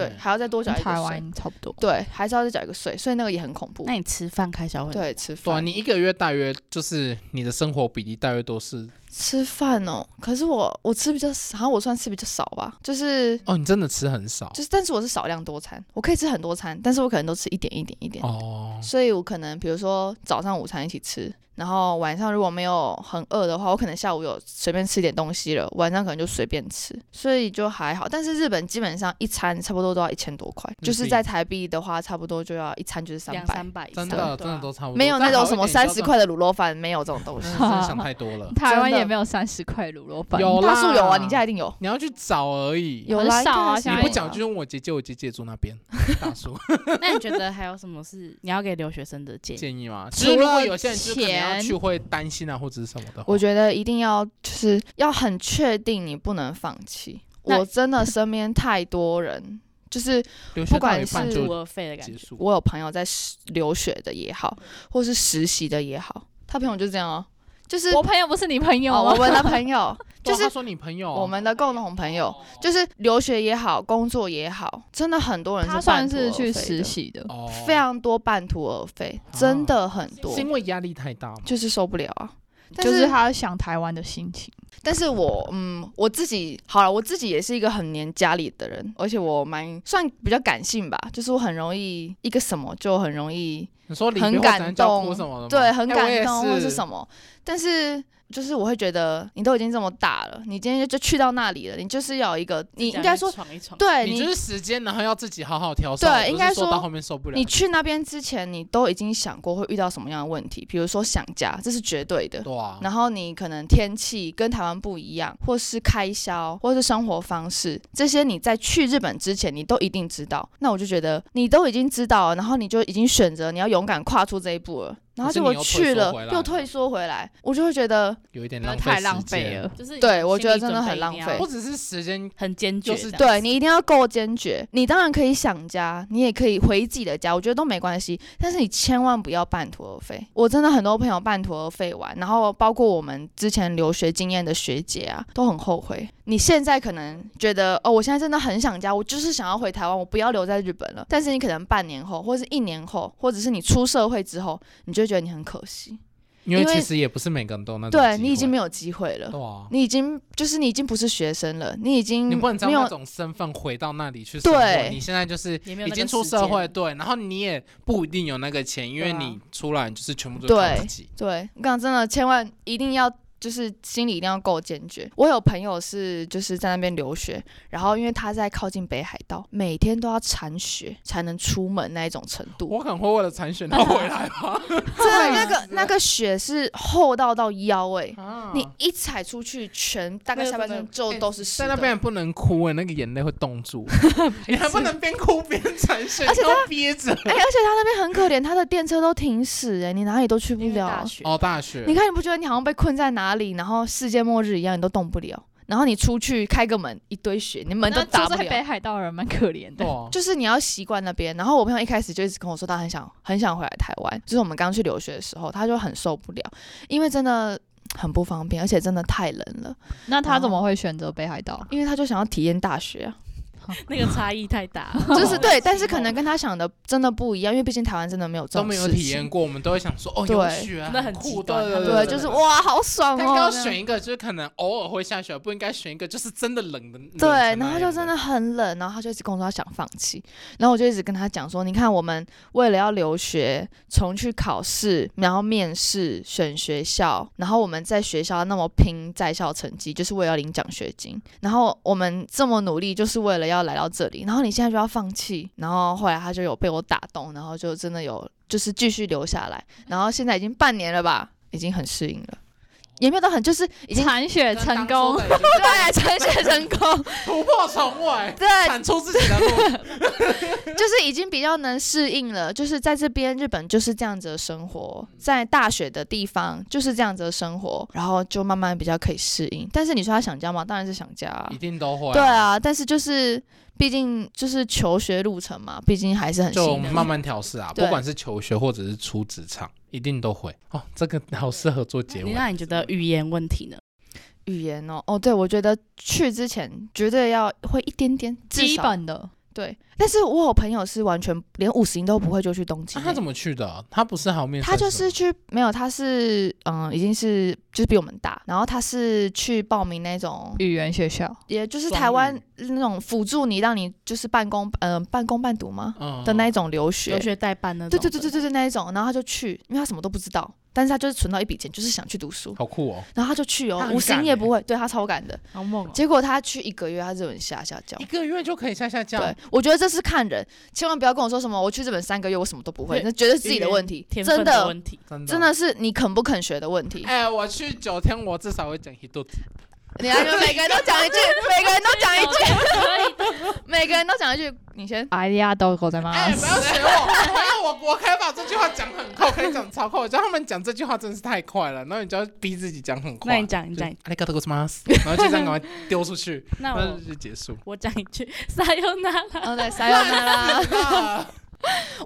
B: 对
C: 对，还要再多缴
D: 跟
C: 一
D: 台
C: 个税，
D: 湾差不多。。
C: 对，还是要再缴一个税，所以那个也很恐怖
A: 那。你吃饭开销会
C: 对，吃
B: 对啊，
C: 饭，
B: 你一个月大约就是你的生活比例大约都是
C: 吃饭哦。可是我我吃比较少，好像我算吃比较少吧，就是
B: 哦，你真的吃很少
C: 就是，但是我是少量多餐，我可以吃很多餐，但是我可能都吃一点一点一点，
B: 哦。
C: 所以我可能比如说早上午餐一起吃，然后晚上如果没有很饿的话，我可能下午有随便吃点东西了，晚上可能就随便吃，所以就还好。但是日本基本上一餐差不多都要一千多块，
B: 币
C: 就是在台币的话，差不多就要一餐就是嗯三
A: 两
C: 百，
A: 三百以
B: 真
A: 上，
B: 的，
A: 对
B: 真
A: 啊
B: 的都差不多。
C: 没有那
B: 再好
C: 种
B: 一
C: 什么
B: 点
C: 三
B: 就
C: 十
B: 到
C: 块的卤肉饭，没有这种东西
B: 嗯。真的想太多了
D: 台湾
C: 真的
D: 也没有三十块卤肉饭，
B: 有
C: 大
B: 啦，
C: 树有啊，你家一定有，
B: 你要去找而已。
C: 有啦，
D: 很少啊
C: 应该
D: 现
B: 你
D: 在
C: 还
B: 不
C: 是有
B: 讲
C: 啦
B: 就用我姐姐，我姐姐住那 边，大叔
A: 那你觉得还有什么是你要给留学生的建议？
B: 建议嘛。
D: 除
B: 就是如果
D: 了
B: 有些人就是可能要
D: 钱
B: 去会担心啊，或者是什么的话。
C: 我觉得一定要就是要很确定，你不能放弃。
A: 那
C: 我真的身边太多人，就是
B: 留
C: 不
B: 学到
C: 管
B: 一半
C: 是
A: 半途
B: 就
A: 而废的感
B: 结
A: 觉，
B: 束。
C: 我有朋友在实留学的也好，
D: 嗯
C: 或是实习的也好，他朋友就是这样哦，就是
D: 我朋友不是你朋友
C: 哦
D: 吗？
C: 我们的朋友，
B: 对
C: 就
B: 啊
C: 是
B: 他说你朋友，
C: 我们的共同朋友，
D: 哦
C: 就是留学也好，工作也好，真的很多人
D: 他
C: 半
D: 算
C: 途
D: 是
C: 而
D: 去
C: 废
D: 实
C: 的，
D: 习的，
B: 哦
C: 非常多半途而废，
B: 啊
C: 真的很多
B: 是，因为压力太大嘛。
C: 就是受不了啊。但
D: 就是他想台湾的心情。
C: 但是我嗯，我自己好了，我自己也是一个很黏家里的人，而且我蛮算比较感性吧，就是我很容易一个什么就很容易
B: 你说李
C: 很
B: 碧华
C: 感
B: 咱叫哭
C: 动
B: 什么的吗
C: 对很
B: 哎我
C: 感
B: 也
C: 动或是
B: 是
C: 什么，但是就是我会觉得你都已经这么大了，你今天就去到那里了，你就是要有一个，你应该说
A: 闯一闯，
C: 对
B: 哎你就是时间，然后要自己好好调试。
C: 对
B: 而不是
C: 应该
B: 说
C: 说
B: 到后面受不了。
C: 你去那边之前，你都已经想过会遇到什么样的问题，比如说想家，这是绝对的。
B: 对啊，
C: 然后你可能天气跟台湾不一样，或是开销，或是生活方式，这些你在去日本之前你都一定知道。那我就觉得你都已经知道了，然后你就已经选择你要勇敢跨出这一步了。然后
B: 可是
C: 结
B: 你
C: 果
B: 又退
C: 去
B: 缩
C: 了
B: 回来
C: 又退缩回来，我就会觉得
B: 有一点
D: 那
B: 浪
D: 太浪
B: 时
D: 费
B: 间
D: 了。
A: 就是
C: 对
A: 你
C: 我
A: 心
C: 觉得
A: 理
C: 真的
A: 准备
C: 很
A: 一
C: 浪
A: 定
C: 费
A: 要
B: 不只是时间，
A: 很坚决
B: 就
A: 的，
B: 是
C: 对你一定要够坚决。你当然可以想家，你也可以回自己的家，我觉得都没关系。但是你千万不要半途而废。我真的很多朋友半途而废完，然后包括我们之前留学经验的学姐啊，都很后悔。你现在可能觉得哦，我现在真的很想家，我就是想要回台湾，我不要留在日本了。但是你可能半年后，或是一年后，或者是你出社会之后，你就会觉得你很可惜，
B: 因为
C: 因为
B: 其实也不是每个人都有那种
C: 对
B: 机
C: 你已经
B: 会
C: 没有机会了。
B: 对啊，
C: 你已经就是你已经不是学生了，你已经
B: 你不能将
C: 嗯没有
B: 那种身份回到那里去生活
C: 对
B: 你现在就是
A: 也没有
B: 已
A: 那
B: 经
A: 个
B: 出
A: 时
B: 社会，
A: 间
B: 对，然后你也不一定有那个钱，因为
C: 对啊
B: 你出来就是全部都靠自己。
C: 对，我讲真的，千万一定要就是心里一定要够坚决。我有朋友是就是在那边留学，然后因为他在靠近北海道，每天都要铲雪才能出门那一种程度，
B: 我可能会为了残选他回来吧。
C: 真的那个那个雪是厚到到腰哎、
B: 啊
C: 你一踩出去，全大概
A: 那个
C: 下半
A: 真的
C: 身就
B: 哎
C: 都是湿
B: 在那
C: 的。
B: 边也不能哭哎、那个眼泪会冻 住，你还不能边哭边残血，
C: 而且
B: 你都憋着。
C: 哎、而且他那边很可怜，他的电车都停驶哎、你哪里都去不
A: 因为大
C: 了。
A: 学
B: 哦，大学
C: 你看，你不觉得你好像被困在哪里，然后世界末日一样，你都动不了。然后你出去开个门，一堆雪，你门都
D: 那
C: 打
D: 住
C: 不
D: 在
C: 了。
D: 北海道的人蛮可怜的
B: 对。啊
C: 就是你要习惯那边。然后我朋友一开始就一直跟我说，他很想很想回来台湾，就是我们刚去留学的时候，他就很受不了，因为真的。很不方便，而且真的太冷了，
D: 哦那他怎么会选择北海道？
C: 因为他就想要体验大学啊，
A: 那个差异太大了，
C: 就是对，
A: 好
C: 但是
A: 羡慕
C: 可 能跟他想的真的不一样，因为毕竟台湾真的没有这
B: 都
C: 种
B: 没有
C: 事
B: 体
C: 情
B: 验。过，我们都会想说哦，
C: 对
B: 有雪啊
A: 真的很
B: 酷
A: 极端
B: 对
A: 他
B: 对
A: 们
C: 对，
A: 真
C: 就是
A: 的
C: 哇，好爽
B: 但是
C: 哦
B: 要！选一个，就是可能偶尔会下雪，不应该选一个就是真的冷的。
C: 对，
B: 冷成那
C: 然后就
B: 样
C: 真的很冷，然后他就一直跟我说他想放弃，然后我就一直跟他讲说，你看我们为了要留学，从去考试，然后面试选学校，然后我们在学校那么拼在校成绩，就是为了领奖学金，然后我们这么努力就是为了要来到这里，然后你现在就要放弃，然后后来他就有被我打动，然后就真的有就是继续留下来，然后现在已经半年了吧，已经很适应了。也没有到很，就是已经
D: 铲雪
B: 跟
D: 成
B: 当初
D: 功，
B: 的已 经
C: 对呈现成功，
B: 突破重围，
C: 对，
B: 产出自己 的路。
C: 就是已经比较能适应了，就是在这边日本就是这样子的生活，
B: 嗯
C: 在大学的地方就是这样子的生活，然后就慢慢比较可以适应。但是你说他想家吗？当然是想家、啊
B: 一，定都会。
C: 对，啊。但是就是毕竟就是求学路程嘛，毕竟还是很
B: 就
C: 新的。
B: 慢慢调试啊，
C: 对
B: 不管是求学或者是出职场，一定都会。哦，这个好适合做结
A: 你
B: 尾。
A: 那你觉得语言问题呢？
C: 语言哦，哦，对，我觉得去之前绝对要会一点点，至
D: 基
C: 少
D: 本的
C: 对。但是我有朋友是完全连五十音都不会就去东京、欸
B: 啊他怎么去的？他不是还有面试
C: 他
B: 的时
C: 就
B: 候？
C: 是去没有，他是嗯，已经是就是比我们大，然后他是去报名那种，
D: 语言学校，
C: 也就是
B: 双
C: 台湾
B: 语
C: 那种辅助你让你就是半工嗯、半工半读吗
B: 嗯
C: 的那一种留
A: 留
C: 学，
A: 学代办那种
C: 对
A: 的？
C: 对对对对对那一种，然后他就去，因为他什么都不知道，但是他就是存到一笔钱，就是想去读书，
B: 好酷哦！
C: 然后他就去
B: 他
C: 哦，
B: 很
C: 五十
B: 敢
C: 音也
B: 欸
C: 不会，对他超赶的，
A: 好猛哦！
C: 结果他去一个月，他日文下下降
B: 一。个月就可以下下降
C: 对，，我觉得这是看人，千万不要跟我说什么我去日本三个月我什么都不会，
A: 对
C: 那绝对是自己
A: 语
C: 的
A: 言
C: 问题，
A: 天
C: 真
A: 分的
C: 的
A: 问题，
B: 真的
C: 真。的是你肯不肯学的问题。
B: 哎、我去九天，我至少会讲一肚子。
C: 你来，每个人都 讲一句，每个人都讲一句，每个人都讲一句。你先，
D: 哎呀，都狗
C: 啊
D: 在吗？
B: 哎、不要学我，没有我，我可以把这句话讲很快，我可以讲超快。我觉得他们讲这句话真是太快了，然后你就要逼自己讲很快。
A: 那你讲你
B: 就
A: 讲，
B: 阿里嘎多ございます，啊然后就这样赶快丢出去，
A: 那
B: 然后
A: 我
B: 就结束。
A: 我讲一句， 撒由那拉。
C: 哦对，撒由 那拉。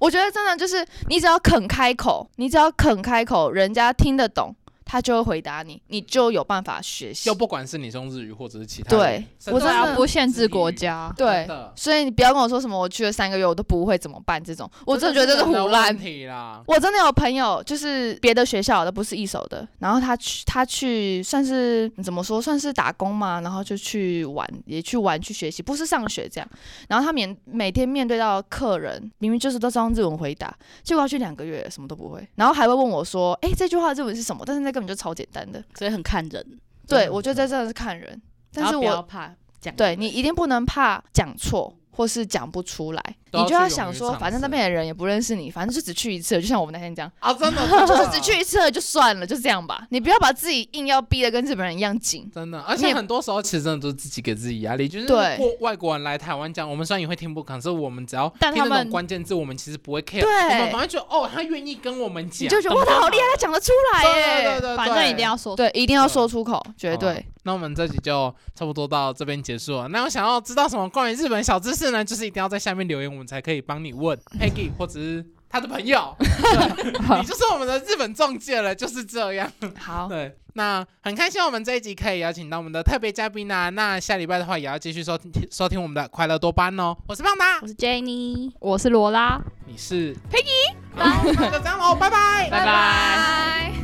C: 我觉得真的就是，你只要肯开口，你只要肯开口，人家听得懂，他就会回答你，你就有办法学习
B: 又。不管是你是用日语或者是其他语
C: 对
B: 言，，
C: 我真
D: 对啊，
C: 的
D: 不限制国家，
C: 对
B: 真的，啊
C: 所以你不要跟我说什么我去了三个月我都不会怎么办这种，我真的觉得这是
B: 真的
C: 胡
B: 问
C: 乱。
B: 题啦。
C: 我真的有朋友，就是别的学校的，不是一手的，然后他去他去算是怎么说，算是打工嘛，然后就去玩，也去玩去学习，不是上学这样。然后他每每天面对到客人，明明就是都是用日文回答，结果他去两个月什么都不会，然后还会问我说，哎、这句话的日文是什么？但是那根本就超简单的。
A: 所以很看人，
C: 对，
B: 嗯
C: 我觉得这真的是看人，但
A: 然
C: 是
A: 后不
B: 啊
A: 要
C: 我
A: 怕讲。
C: 对你一定不能怕讲错。或是讲不出来，
B: 都
C: 你
B: 要
C: 就要
B: 去勇
C: 想
B: 于
C: 说，
B: 尝
C: 反正那
B: 试
C: 边的人也不认识你，反正就只去一次，就像我们那天这样，
B: 啊，真的
C: 就是只去一次了就算了，就这样吧。你不要把自己硬要逼得跟日本人一样紧。
B: 真的，而
C: 你
B: 且
C: 也
B: 很多时候其实真的都是自己给自己压力，就是
C: 对
B: 过外国人来台湾讲，我们虽然也会听不懂，可是我们只要
D: 但
B: 听那
D: 他
B: 种
D: 们
B: 关键字，我们其实不会 care，
C: 对
B: 我们反而觉得哦，他愿意跟我们
C: 你
B: 讲，
C: 就觉得哇，他好厉害，他讲得出来
B: 对对对
C: 耶！
B: 对，
D: 反正一定要说。
C: 对，一定要说出口，绝
B: 好
C: 对。
B: 那我们这集就差不多到这边结束了。那我想要知道什么关于日本小知识呢？就是一定要在下面留言，我们才可以帮你问 Peggy 或者是他的朋友。对你就是我们的日本中介了，就是这样。
C: 好，
B: 对，那很开心我们这一集可以邀请到我们的特别嘉宾啦、那下礼拜的话，也要继续收听收听我们的快乐多巴胺哦。我是胖达
A: 我，是 Jenny，
D: 我是罗拉，
B: 你是 Peggy，好，那就这样喽，拜拜。
D: 拜拜。
C: 拜。